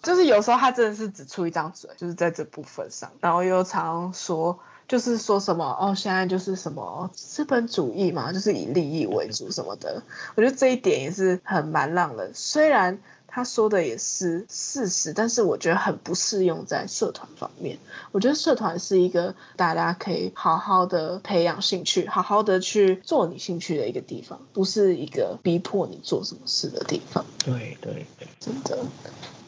Speaker 1: 就是有时候他真的是只出一张嘴，就是在这部分上，然后又常说。就是说什么哦，现在就是什么资本主义嘛，就是以利益为主什么的。我觉得这一点也是很蛮让人，虽然他说的也是事实，但是我觉得很不适用在社团方面。我觉得社团是一个大家可以好好的培养兴趣，好好的去做你兴趣的一个地方，不是一个逼迫你做什么事的地方。
Speaker 4: 对对对，
Speaker 1: 真的，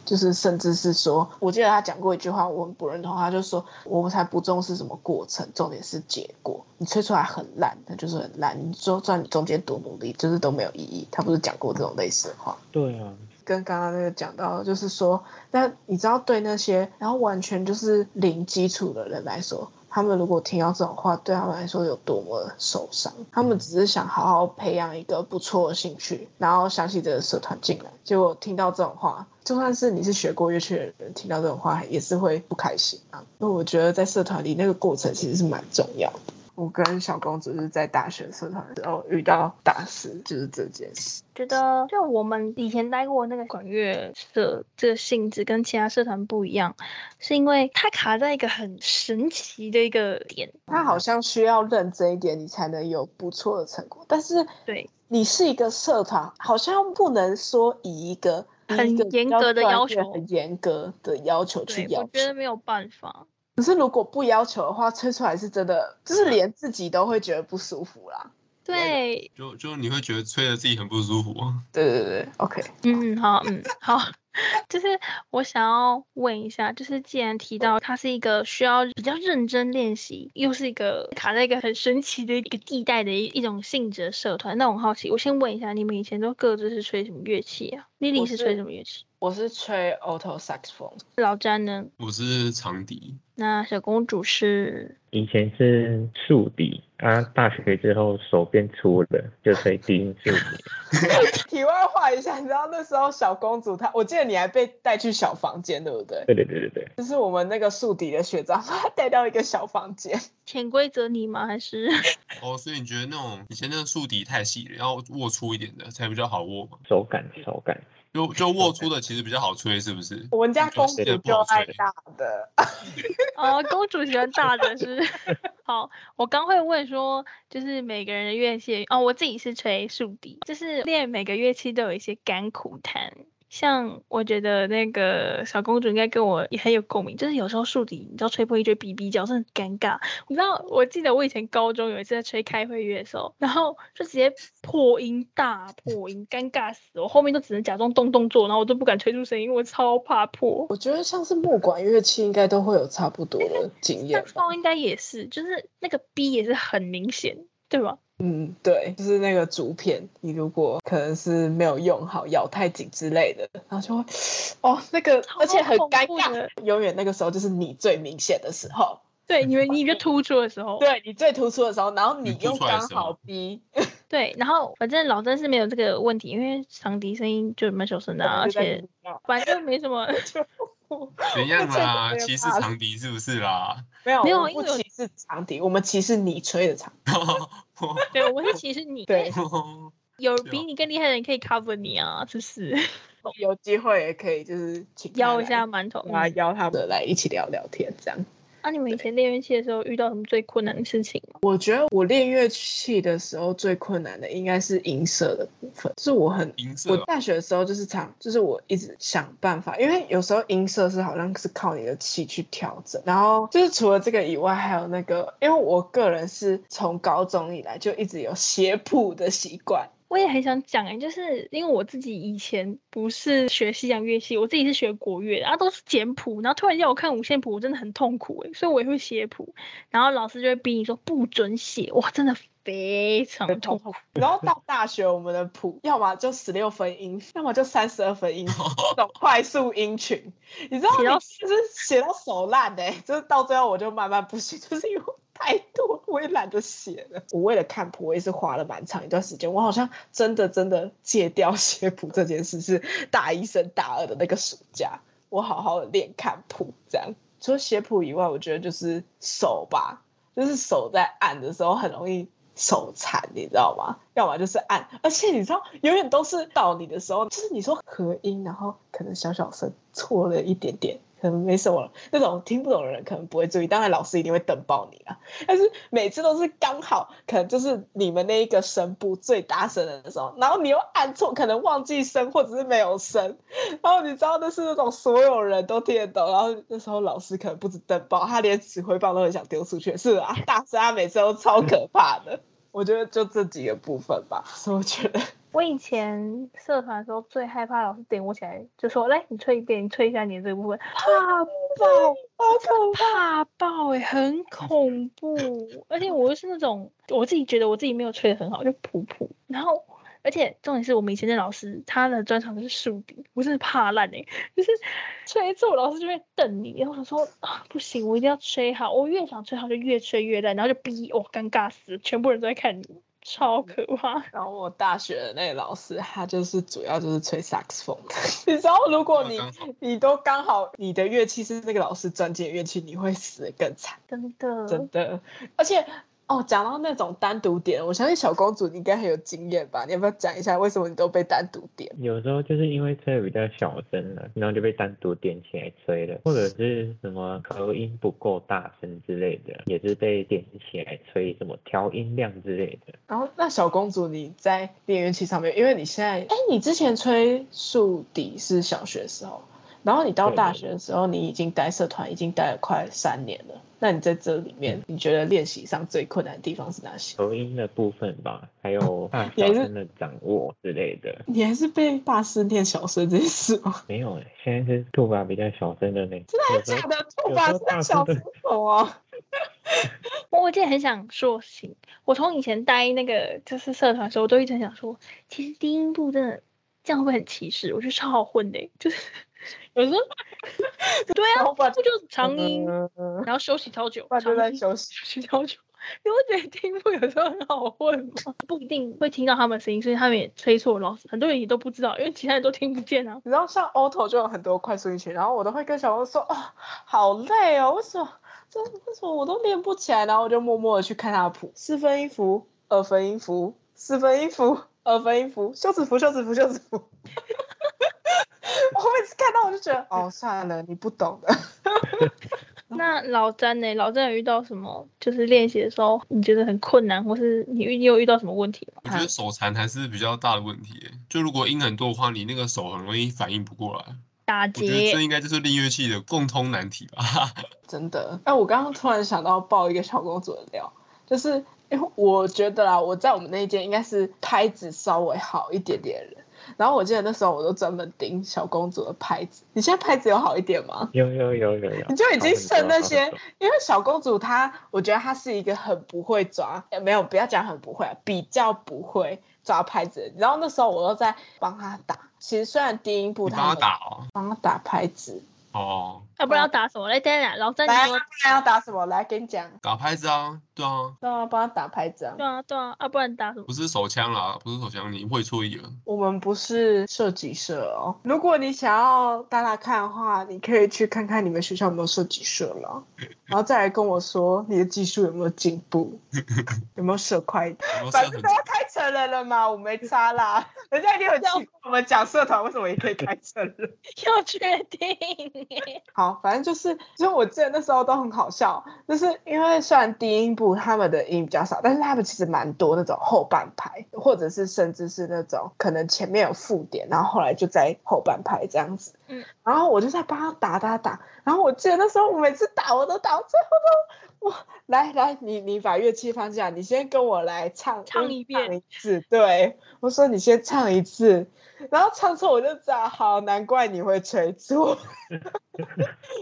Speaker 1: 就是甚至是说，我记得他讲过一句话，我很不认同，他就说我们才不重视什么过程，重点是结果。你吹出来很烂，那就是很烂。你就算你中间多努力，就是都没有意义。他不是讲过这种类似的话？
Speaker 4: 对啊，
Speaker 1: 跟刚刚那个讲到，就是说，那你知道对那些然后完全就是零基础的人来说，他们如果听到这种话，对他们来说有多么的受伤？他们只是想好好培养一个不错的兴趣，然后相信这个社团进来，结果听到这种话，就算是你是学过乐器的人，听到这种话也是会不开心啊。那我觉得在社团里那个过程其实是蛮重要的。我跟小公主是在大学社团的时候遇到大师，就是这件事。
Speaker 2: 觉得就我们以前待过那个管乐社，这个性质跟其他社团不一样，是因为它卡在一个很神奇的一个点。
Speaker 1: 他好像需要认真一点，你才能有不错的成果。但是
Speaker 2: 对，
Speaker 1: 你是一个社团，好像不能说以一个
Speaker 2: 很
Speaker 1: 以一个
Speaker 2: 严格
Speaker 1: 比
Speaker 2: 的
Speaker 1: 较
Speaker 2: 要
Speaker 1: 专业
Speaker 2: 求
Speaker 1: 很严格的要求去
Speaker 2: 对，
Speaker 1: 要
Speaker 2: 我
Speaker 1: 求
Speaker 2: 觉。得没有办法。
Speaker 1: 可是如果不要求的话，吹出来是真的，就是连自己都会觉得不舒服啦。
Speaker 2: 对，
Speaker 3: 就就你会觉得吹的自己很不舒服啊。
Speaker 1: 对对对，OK，
Speaker 2: 嗯，好，嗯，好。 就是我想要问一下，就是既然提到它是一个需要比较认真练习，又是一个卡在一个很神奇的一个地带的一一种性质的社团，那我很好奇，我先问一下，你们以前都各自是吹什么乐器啊？Lily
Speaker 1: 我
Speaker 2: 是
Speaker 1: 是
Speaker 2: 吹什么乐器？
Speaker 5: 我是吹 alto saxophone，
Speaker 2: 老詹呢？
Speaker 3: 我是长笛，
Speaker 2: 那小公主是
Speaker 4: 以前是竖笛，啊，大学之后手变粗了，就吹低音竖 笛。
Speaker 1: 题外话一下，你知道那时候小公主她，我记得你还被带去小房间，对不对？
Speaker 4: 对对对对对，
Speaker 1: 就是我们那个宿敌的学长把她带到一个小房间，
Speaker 2: 潜规则你吗？还是
Speaker 3: 哦，所以你觉得那种以前那个竖笛太细了，要握粗一点的才比较好握嘛？
Speaker 4: 手感手感。
Speaker 3: 就就握粗的其实比较好吹，是不是？
Speaker 1: 我们家公主
Speaker 3: 细的不
Speaker 1: 就
Speaker 3: 好
Speaker 1: 爱
Speaker 3: 吹。
Speaker 1: 大的，
Speaker 2: 哦，公主喜欢大的是不 是好。我刚会问说，就是每个人的乐器哦，我自己是吹竖笛，就是练每个乐器都有一些甘苦谈。像我觉得那个小公主应该跟我也很有共鸣，就是有时候竖笛，你知道吹破一堆哔哔叫，真的很尴尬。你知道，我记得我以前高中有一次在吹开会乐的时候，然后就直接破音大破音，尴尬死我，后面都只能假装动动作，然后我都不敢吹出声音，因为我超怕破。
Speaker 1: 我觉得像是木管乐器应该都会有差不多的经验
Speaker 2: 但
Speaker 1: 吧。
Speaker 2: 风应该也是，就是那个 B 也是很明显，对吧？
Speaker 1: 嗯，对，就是那个竹片，你如果可能是没有用好，咬太紧之类的，然后就会，哦，那个
Speaker 2: 超
Speaker 1: 而且很
Speaker 2: 恐
Speaker 1: 尴
Speaker 2: 怖
Speaker 1: 尬
Speaker 2: 的，
Speaker 1: 永远那个时候就是你最明显的时 候，
Speaker 2: 对，你们你比较突出的时候，
Speaker 1: 对你最突出的时候，然后你
Speaker 3: 你突
Speaker 1: 又
Speaker 3: 出来的
Speaker 1: 刚
Speaker 3: 时候
Speaker 1: 好 逼，
Speaker 2: 对，然后反正老郑是没有这个问题，因为长笛声音就蛮小声的啊、而
Speaker 1: 就在
Speaker 2: 且
Speaker 1: 你那
Speaker 2: 反正没什 么。
Speaker 3: 怎样啦？
Speaker 1: 我真的没有
Speaker 3: 歧视
Speaker 1: 办法
Speaker 3: 长笛是不是啦？
Speaker 1: 没有
Speaker 2: 没有
Speaker 1: 我们
Speaker 2: 因为
Speaker 1: 不
Speaker 2: 有
Speaker 1: 歧视长笛，我们歧视你吹的长笛。
Speaker 3: 哦
Speaker 2: 对，我是歧视你，哎
Speaker 1: 对，
Speaker 2: 有
Speaker 3: 啊
Speaker 2: 比你更厉害的人可以 cover 你啊，是不是？
Speaker 1: 有机会也可以就是请他
Speaker 2: 摇一
Speaker 1: 来
Speaker 2: 下馒头。
Speaker 1: 啊，
Speaker 2: 嗯
Speaker 1: 邀他们来一起聊聊天这样。
Speaker 2: 啊，你们以前练乐器的时候遇到什么最困难的事情吗？
Speaker 1: 我觉得我练乐器的时候最困难的应该是音色的部分，就是我很。
Speaker 3: 银色
Speaker 1: 我
Speaker 3: 哦
Speaker 1: 大学的时候就是常，就是我一直想办法，因为有时候音色是好像是靠你的气去调整，然后就是除了这个以外，还有那个，因为我个人是从高中以来就一直有写谱的习惯，
Speaker 2: 我也很想讲哎、就是因为我自己以前不是学西洋乐器，我自己是学国乐的，然、后都是简谱，然后突然叫我看五线谱，我真的很痛苦哎、所以我也会写谱，然后老师就会逼你说不准写，哇，真的非常痛苦。
Speaker 1: 然后到大学，我们的谱要么就十六分音，要么就三十二分音，这种快速音群，你知道，
Speaker 2: 写到
Speaker 1: 就是写到手烂的、就是到最后我就慢慢不行， 就是因为太多，我也懒得写了。我为了看谱，我也是花了蛮长一段时间。我好像真的真的戒掉写谱这件事，是大一升大二的那个暑假，我好好的练看谱，这样。除了写谱以外，我觉得就是手吧，就是手在按的时候很容易手残，你知道吗？要么就是按，而且你知道，永远都是到你的时候，就是你说合音，然后可能小小声错了一点点，可能没什么了。那种听不懂的人可能不会注意，当然老师一定会瞪爆你啦。但是每次都是刚好，可能就是你们那一个声部最大声的时候，然后你又按错，可能忘记声或者是没有声，然后你知道那是那种所有人都听得懂，然后那时候老师可能不止登报，他连指挥棒都很想丢出去。是啊，大师他每次都超可怕的。我觉得就这几个部分吧， 所以我觉得
Speaker 2: 我以前社团的时候最害怕老师点我起来就说来你吹一遍，你吹一下你的这个部分，怕爆
Speaker 1: 好可怕。
Speaker 2: 怕爆哎、很恐怖。而且我又是那种我自己觉得我自己没有吹的很好，就普普。然后，而且重点是我们以前的老师，他的专长就是竖笛，我真的怕烂哎、就是吹错，老师就会瞪你。然后我想说啊，不行，我一定要吹好。我越想吹好，就越吹越烂，然后就逼我、哦、尴尬死了，全部人都在看你，超可怕。
Speaker 1: 然后我大学的那个老师，他就是主要就是吹萨克斯风。 你知道，如果你
Speaker 3: 哦刚好
Speaker 1: 你都刚好你的乐器是那个老师专精的乐器，你会死得更惨。
Speaker 2: 真的，
Speaker 1: 真的。而且哦，讲到那种单独点，我相信小公主你应该很有经验吧？你要不要讲一下为什么你都被单独点？
Speaker 4: 有时候就是因为吹得比较小声了，然后就被单独点起来吹了，或者是什么合音不够大声之类的，也是被点起来吹，什么调音量之类的。
Speaker 1: 然后那小公主你在练乐器上面，因为你现在哎，你之前吹竖笛是小学的时候，然后你到
Speaker 4: 对
Speaker 1: 大
Speaker 4: 对
Speaker 1: 学的时候，你已经待社团已经待了快三年了。那你在这里面，你觉得练习上最困难的地方是哪些？
Speaker 4: 合音的部分
Speaker 1: 啊
Speaker 4: 吧，还有大
Speaker 1: 也
Speaker 4: 小
Speaker 1: 是
Speaker 4: 声的掌握之类的。
Speaker 1: 你还是被大师念小声这件事吗？
Speaker 4: 没有欸，现在是兔吧比较小声的那，真
Speaker 1: 真的假的？吐吧
Speaker 4: 有时候
Speaker 1: 是
Speaker 4: 大
Speaker 1: 小
Speaker 4: 师
Speaker 1: 声头 啊！
Speaker 2: 我我记得很想说事情，我从以前待那个就是社团的时候，我都一直很想说，其实低音部真的这样会不会很歧视？我觉得超好混的欸、就是 有时候对啊，
Speaker 1: 老板
Speaker 2: 不就长音，
Speaker 1: 嗯
Speaker 2: 然后休息超久，
Speaker 1: 不然就
Speaker 2: 长
Speaker 1: 在
Speaker 2: 音
Speaker 1: 休息。
Speaker 2: 去调酒， 你会觉得听不有时候很好混吗？不一定会听到他们的声音，所以他们也吹错了。很多人也都不知道，因为其他人都听不见啊。
Speaker 1: 你知道像 Auto 就有很多快速音群，然后我都会跟小朋友说，哦，好累哦，为什么这为什么我都练不起来？然后我就默默的去看他的谱，四分音符，二分音符，四分音符，二分音符，休止符，休止符，休止符。 我每次看到我就觉得，哦，算了，你不懂的。
Speaker 2: 那老詹呢？老詹有遇到什么？就是练习的时候你觉得很困难，或是你遇你有遇到什么问题吗？
Speaker 3: 我觉得手残还是比较大的问题耶。就如果音很多的话，你那个手很容易反应不过来。
Speaker 2: 打
Speaker 3: 我觉得这
Speaker 2: 结，
Speaker 3: 应该就是练乐器的共通难题 吧。
Speaker 1: 真的。哎，我刚刚突然想到爆一个小公主的料，就是因为我觉得啦，我在我们那一间应该是拍子稍微好一点点的人。然后我记得那时候我都专门盯小公主的拍子。你现在拍子有好一点吗？
Speaker 4: 有有有有有，
Speaker 1: 你就已经
Speaker 4: 剩
Speaker 1: 剩那些，因为小公主她，我觉得她是一个很不会抓，呃没有不要讲很不会、啊，比较不会抓拍子。然后那时候我都在帮她打，其实虽然低音部
Speaker 3: 你帮
Speaker 1: 她
Speaker 3: 他 打哦。
Speaker 1: 帮她打拍子，
Speaker 3: 哦，
Speaker 2: 啊要、不然要打什么？来，等等，老詹
Speaker 1: 来
Speaker 2: 你
Speaker 1: 啊，
Speaker 2: 说。
Speaker 1: 她要打什么？来跟你讲，
Speaker 3: 打拍子啊，对啊，
Speaker 1: 让她帮她打拍子啊。
Speaker 2: 对啊，对啊，啊，不然打什么？
Speaker 3: 不是手枪啦，不是手枪，你会错意了。
Speaker 1: 我们不是射击社哦。如果你想要打打看的话，你可以去看看你们学校有没有射击社了，然后再来跟我说你的技术有没有进步，有没有射快一点。
Speaker 3: 然后射
Speaker 1: 反
Speaker 3: 很
Speaker 1: 正都要开成人了嘛，我没差啦。人家一定很奇怪，我们讲社团为什么也可以开成人？
Speaker 2: 要确定耶。
Speaker 1: 好，反正就是，就是我记得那时候都很好笑，就是因为虽然低音部他们的音比较少，但是他们其实蛮多那种后半拍，或者是甚至是那种可能前面有附点，然后后来就在后半拍这样子。
Speaker 2: 嗯，
Speaker 1: 然后我就在帮他打打打，然后我记得那时候我每次打我都打，最后都我来来，你你把乐器放下，你先跟我来唱
Speaker 2: 唱一遍
Speaker 1: 唱一次，对我说你先唱一次，然后唱错我就知道，好，难怪你会吹 错。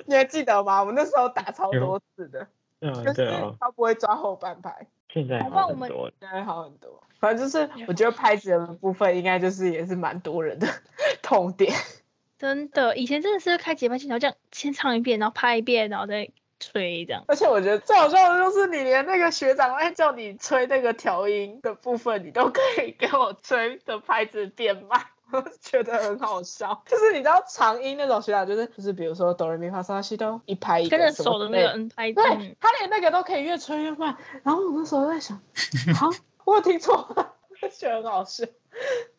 Speaker 1: 你还记得吗？我们那时候打超多次的，就
Speaker 4: 嗯对
Speaker 1: 是
Speaker 4: 啊，
Speaker 1: 他不会抓后半拍，
Speaker 4: 现在
Speaker 2: 好吧
Speaker 4: 好
Speaker 2: 我
Speaker 4: 很
Speaker 2: 们
Speaker 4: 多了。
Speaker 1: 现在好很多。反正就是我觉得拍子的部分，应该就是也是蛮多人的 痛点。
Speaker 2: 真的，以前真的是开节拍器，然后这样先唱一遍，然后拍一遍，然后再吹这样。
Speaker 1: 而且我觉得最好笑的就是，你连那个学长在叫你吹那个调音的部分，你都可以给我吹的拍子变慢。我觉得很好笑，就是你知道长音那种学长，就是就是比如说哆来咪发嗦拉西哆，一拍一个
Speaker 2: 跟着
Speaker 1: 什么
Speaker 2: 手的
Speaker 1: 之
Speaker 2: 那
Speaker 1: 类
Speaker 2: 个嗯拍，
Speaker 1: 对
Speaker 2: 嗯，
Speaker 1: 他连那个都可以越吹越慢。然后我那时候在想， 啊，我有听错吗？ 觉得很好笑。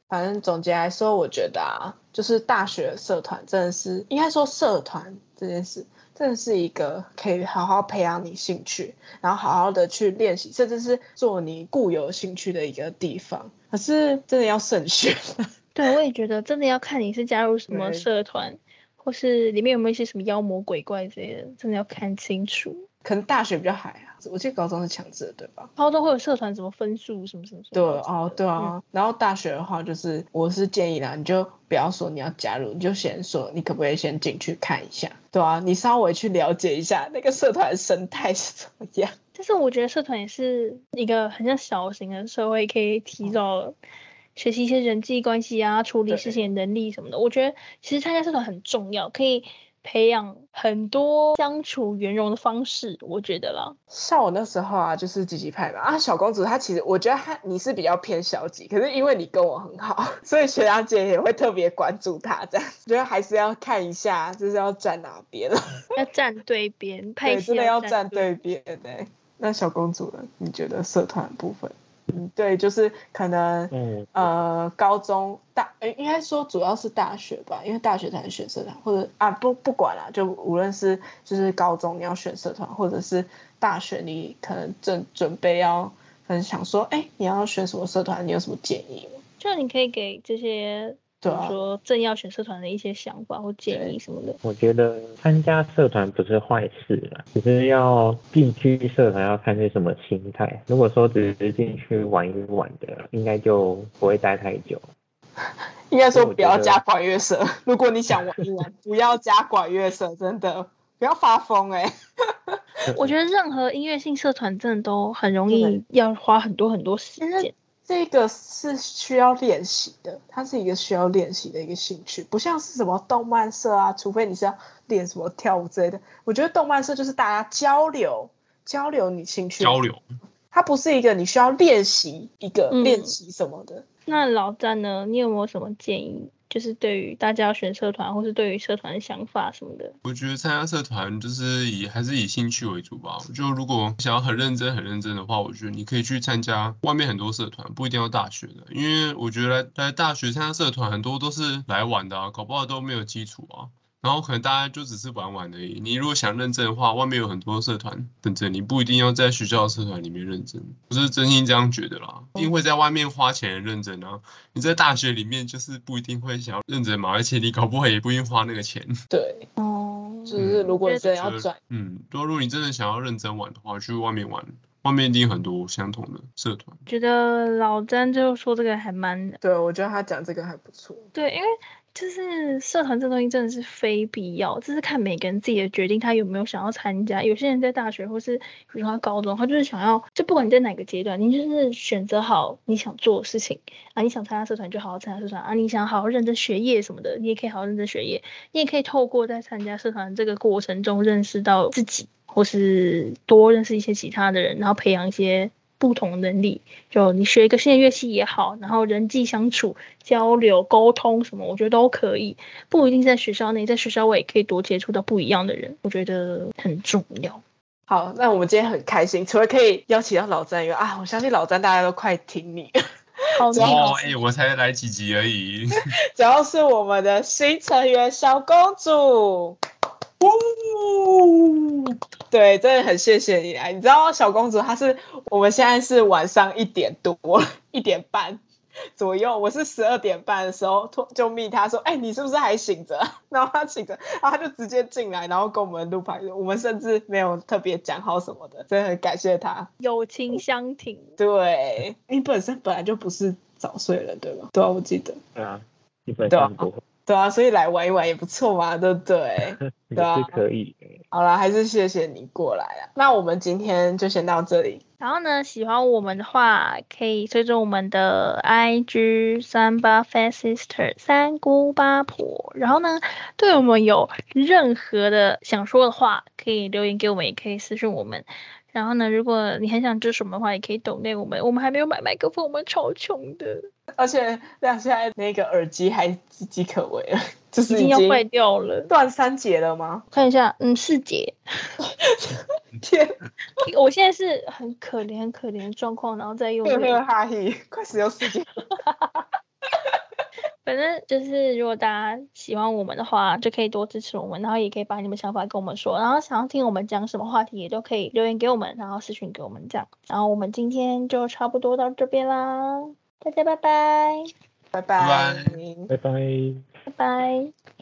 Speaker 1: 反正总结来说，我觉得啊，就是大学社团真的是，应该说社团这件事，真的是一个可以好好培养你兴趣，然后好好的去练习，甚至是做你固有兴趣的一个地方。可是真的要慎选，
Speaker 2: 对，我也觉得真的要看你是加入什么
Speaker 1: 对
Speaker 2: 社团，或是里面有没有一些什么妖魔鬼怪之类的，真的要看清楚。
Speaker 1: 可能大学比较还啊，我记得高中是强制的，对吧？
Speaker 2: 高中会有社团什么分数什么什么什么。嗯
Speaker 1: 对哦，对啊。然后大学的话，就是我是建议啦，你就不要说你要加入，你就先说你可不可以先进去看一下，对啊，你稍微去了解一下那个社团生态是怎么样。
Speaker 2: 但是我觉得社团也是一个很像小型的社会，可以
Speaker 1: 嗯
Speaker 2: 提早学习一些人际关系啊、处理
Speaker 1: 对
Speaker 2: 事情的能力什么的。我觉得其实参加社团很重要，可以培养很多相处圆融的方式，我觉得啦。
Speaker 1: 像我那时候啊，就是积极派嘛啊，小公主她其实我觉得她你是比较偏消极，可是因为你跟我很好， 所以学长姐也会特别关注她，这样觉得还是要看一下，就是要站哪边 了，
Speaker 2: 要站对边，
Speaker 1: 对，
Speaker 2: 派系
Speaker 1: 真的要站
Speaker 2: 站
Speaker 1: 对边的、那小公主呢？你觉得社团部分？嗯，对，就是可能
Speaker 4: 嗯，
Speaker 1: 呃，高中大，呃应该说主要是大学吧，因为大学才能选社团，或者啊不不管啦，就无论是就是高中你要选社团，或者是大学你可能正准备要，可能想说，哎，你要选什么社团，你有什么建议吗？
Speaker 2: 就你可以给这些，比
Speaker 1: 对
Speaker 2: 如
Speaker 1: 啊
Speaker 2: 说正要选社团的一些想法或建
Speaker 1: 对
Speaker 2: 议什么的。
Speaker 4: 我觉得参加社团不是坏事啦，只是要进去社团要看是什么心态。如果说只是进去玩一玩的，应该就不会待太久。
Speaker 1: 应该说
Speaker 4: 我
Speaker 1: 不
Speaker 4: 觉得
Speaker 1: 要加管乐社，如果你想玩一玩，不要加管乐社，真的不要发疯哎、
Speaker 2: 我觉得任何音乐性社团真的都很容
Speaker 1: 真的
Speaker 2: 易要花很多很多时
Speaker 1: 真的
Speaker 2: 间，
Speaker 1: 这个是需要练习的，它是一个需要练习的一个兴趣，不像是什么动漫社啊，除非你是要练什么跳舞之类的。我觉得动漫社就是大家交流，交流你兴趣，
Speaker 3: 交流。
Speaker 1: 它不是一个你需要练习一个
Speaker 2: 嗯
Speaker 1: 练习什么的。
Speaker 2: 那老詹呢？你有没有什么建议？就是对于大家要选社团，或是对于社团的想法什么的？
Speaker 3: 我觉得参加社团就是以还是以兴趣为主吧。就如果想要很认真、很认真的话，我觉得你可以去参加外面很多社团，不一定要大学的，因为我觉得来来大学参加社团很多都是来玩的啊，搞不好都没有基础啊。然后可能大家就只是玩玩而已。你如果想认真的话，外面有很多社团等着你，不一定要在学校的社团里面认真。我是真心这样觉得啦，一定会在外面花钱的认真啊。你在大学里面就是不一定会想要认真嘛，而且你搞不好也不一定花那个钱。
Speaker 5: 对，
Speaker 2: 哦，
Speaker 5: 就是如果你真的要转，
Speaker 3: 嗯，对啊，如果你真的想要认真玩的话，去外面玩，外面一定很多相同的社团。
Speaker 2: 觉得老詹就说这个还蛮
Speaker 1: 对，我觉得他讲这个还不错。
Speaker 2: 对，因为就是社团这东西真的是非必要，这是看每个人自己的决定，他有没有想要参加。有些人在大学或是比如说他高中，他就是想要，就不管你在哪个阶段，你就是选择好你想做的事情啊，你想参加社团就好好参加社团啊，你想好好认真学业什么的，你也可以好好认真学业，你也可以透过在参加社团这个过程中认识到自己，或是多认识一些其他的人，然后培养一些。不同能力，就你学一个新的乐器也好，然后人际相处交流、沟通什么，我觉得都可以，不一定在学校内，在学校我也可以多接触到不一样的人，我觉得很重要。
Speaker 1: 好，那我们今天很开心，除了可以邀请到老詹以外啊，我相信老詹大家都快挺你。
Speaker 2: 好
Speaker 1: 只要
Speaker 2: 累
Speaker 3: 哦，哎、我才来几集而已。
Speaker 1: 只要是我们的新成员小公主，呜，对，真的很谢谢你啊来。你知道小公主她是我们现在是晚上一点多 一点半左右，我是十二点半的时候突就密她说，哎、你是不是还醒着？ 然后她醒着，然后她就直接进来，然后跟我们录牌，我们甚至没有特别讲好什么的，真的很感谢她。
Speaker 2: 友情相挺，
Speaker 1: 对你本身本来就不是早睡人，对吗？对啊，我记得。
Speaker 4: 对啊，基本
Speaker 1: 对啊
Speaker 4: 上不会，
Speaker 1: 对啊，所以来玩一玩也不错嘛，对不对？
Speaker 4: 也
Speaker 1: 对啊
Speaker 4: 是可以的。
Speaker 1: 好啦，还是谢谢你过来啊。那我们今天就先到这里。
Speaker 2: 然后呢，喜欢我们的话，可以追踪我们的 IG 三八 Fat Sister 三姑八婆。然后呢，对我们有任何的想说的话，可以留言给我们，也可以私信我们。然后呢，如果你很想支持我们的话，也可以抖内我们。我们还没有买麦克风，我们超穷的，
Speaker 1: 而且亮现在那个耳机还岌岌可危了，就是
Speaker 2: 已经要坏掉了。
Speaker 1: 断三节了吗？
Speaker 2: 看一下，嗯，四姐，
Speaker 1: 天，
Speaker 2: 我现在是很可怜、很可怜的状况，然后再用
Speaker 1: 呵
Speaker 2: 那个
Speaker 1: 呵哈嘿，快十六世纪。
Speaker 2: 反正就是，如果大家喜欢我们的话，就可以多支持我们，然后也可以把你们想法跟我们说，然后想要听我们讲什么话题，也都可以留言给我们，然后私讯给我们这样。然后我们今天就差不多到这边啦，大家拜拜，
Speaker 1: 拜
Speaker 3: 拜
Speaker 1: 拜
Speaker 4: 拜拜。
Speaker 2: 拜拜。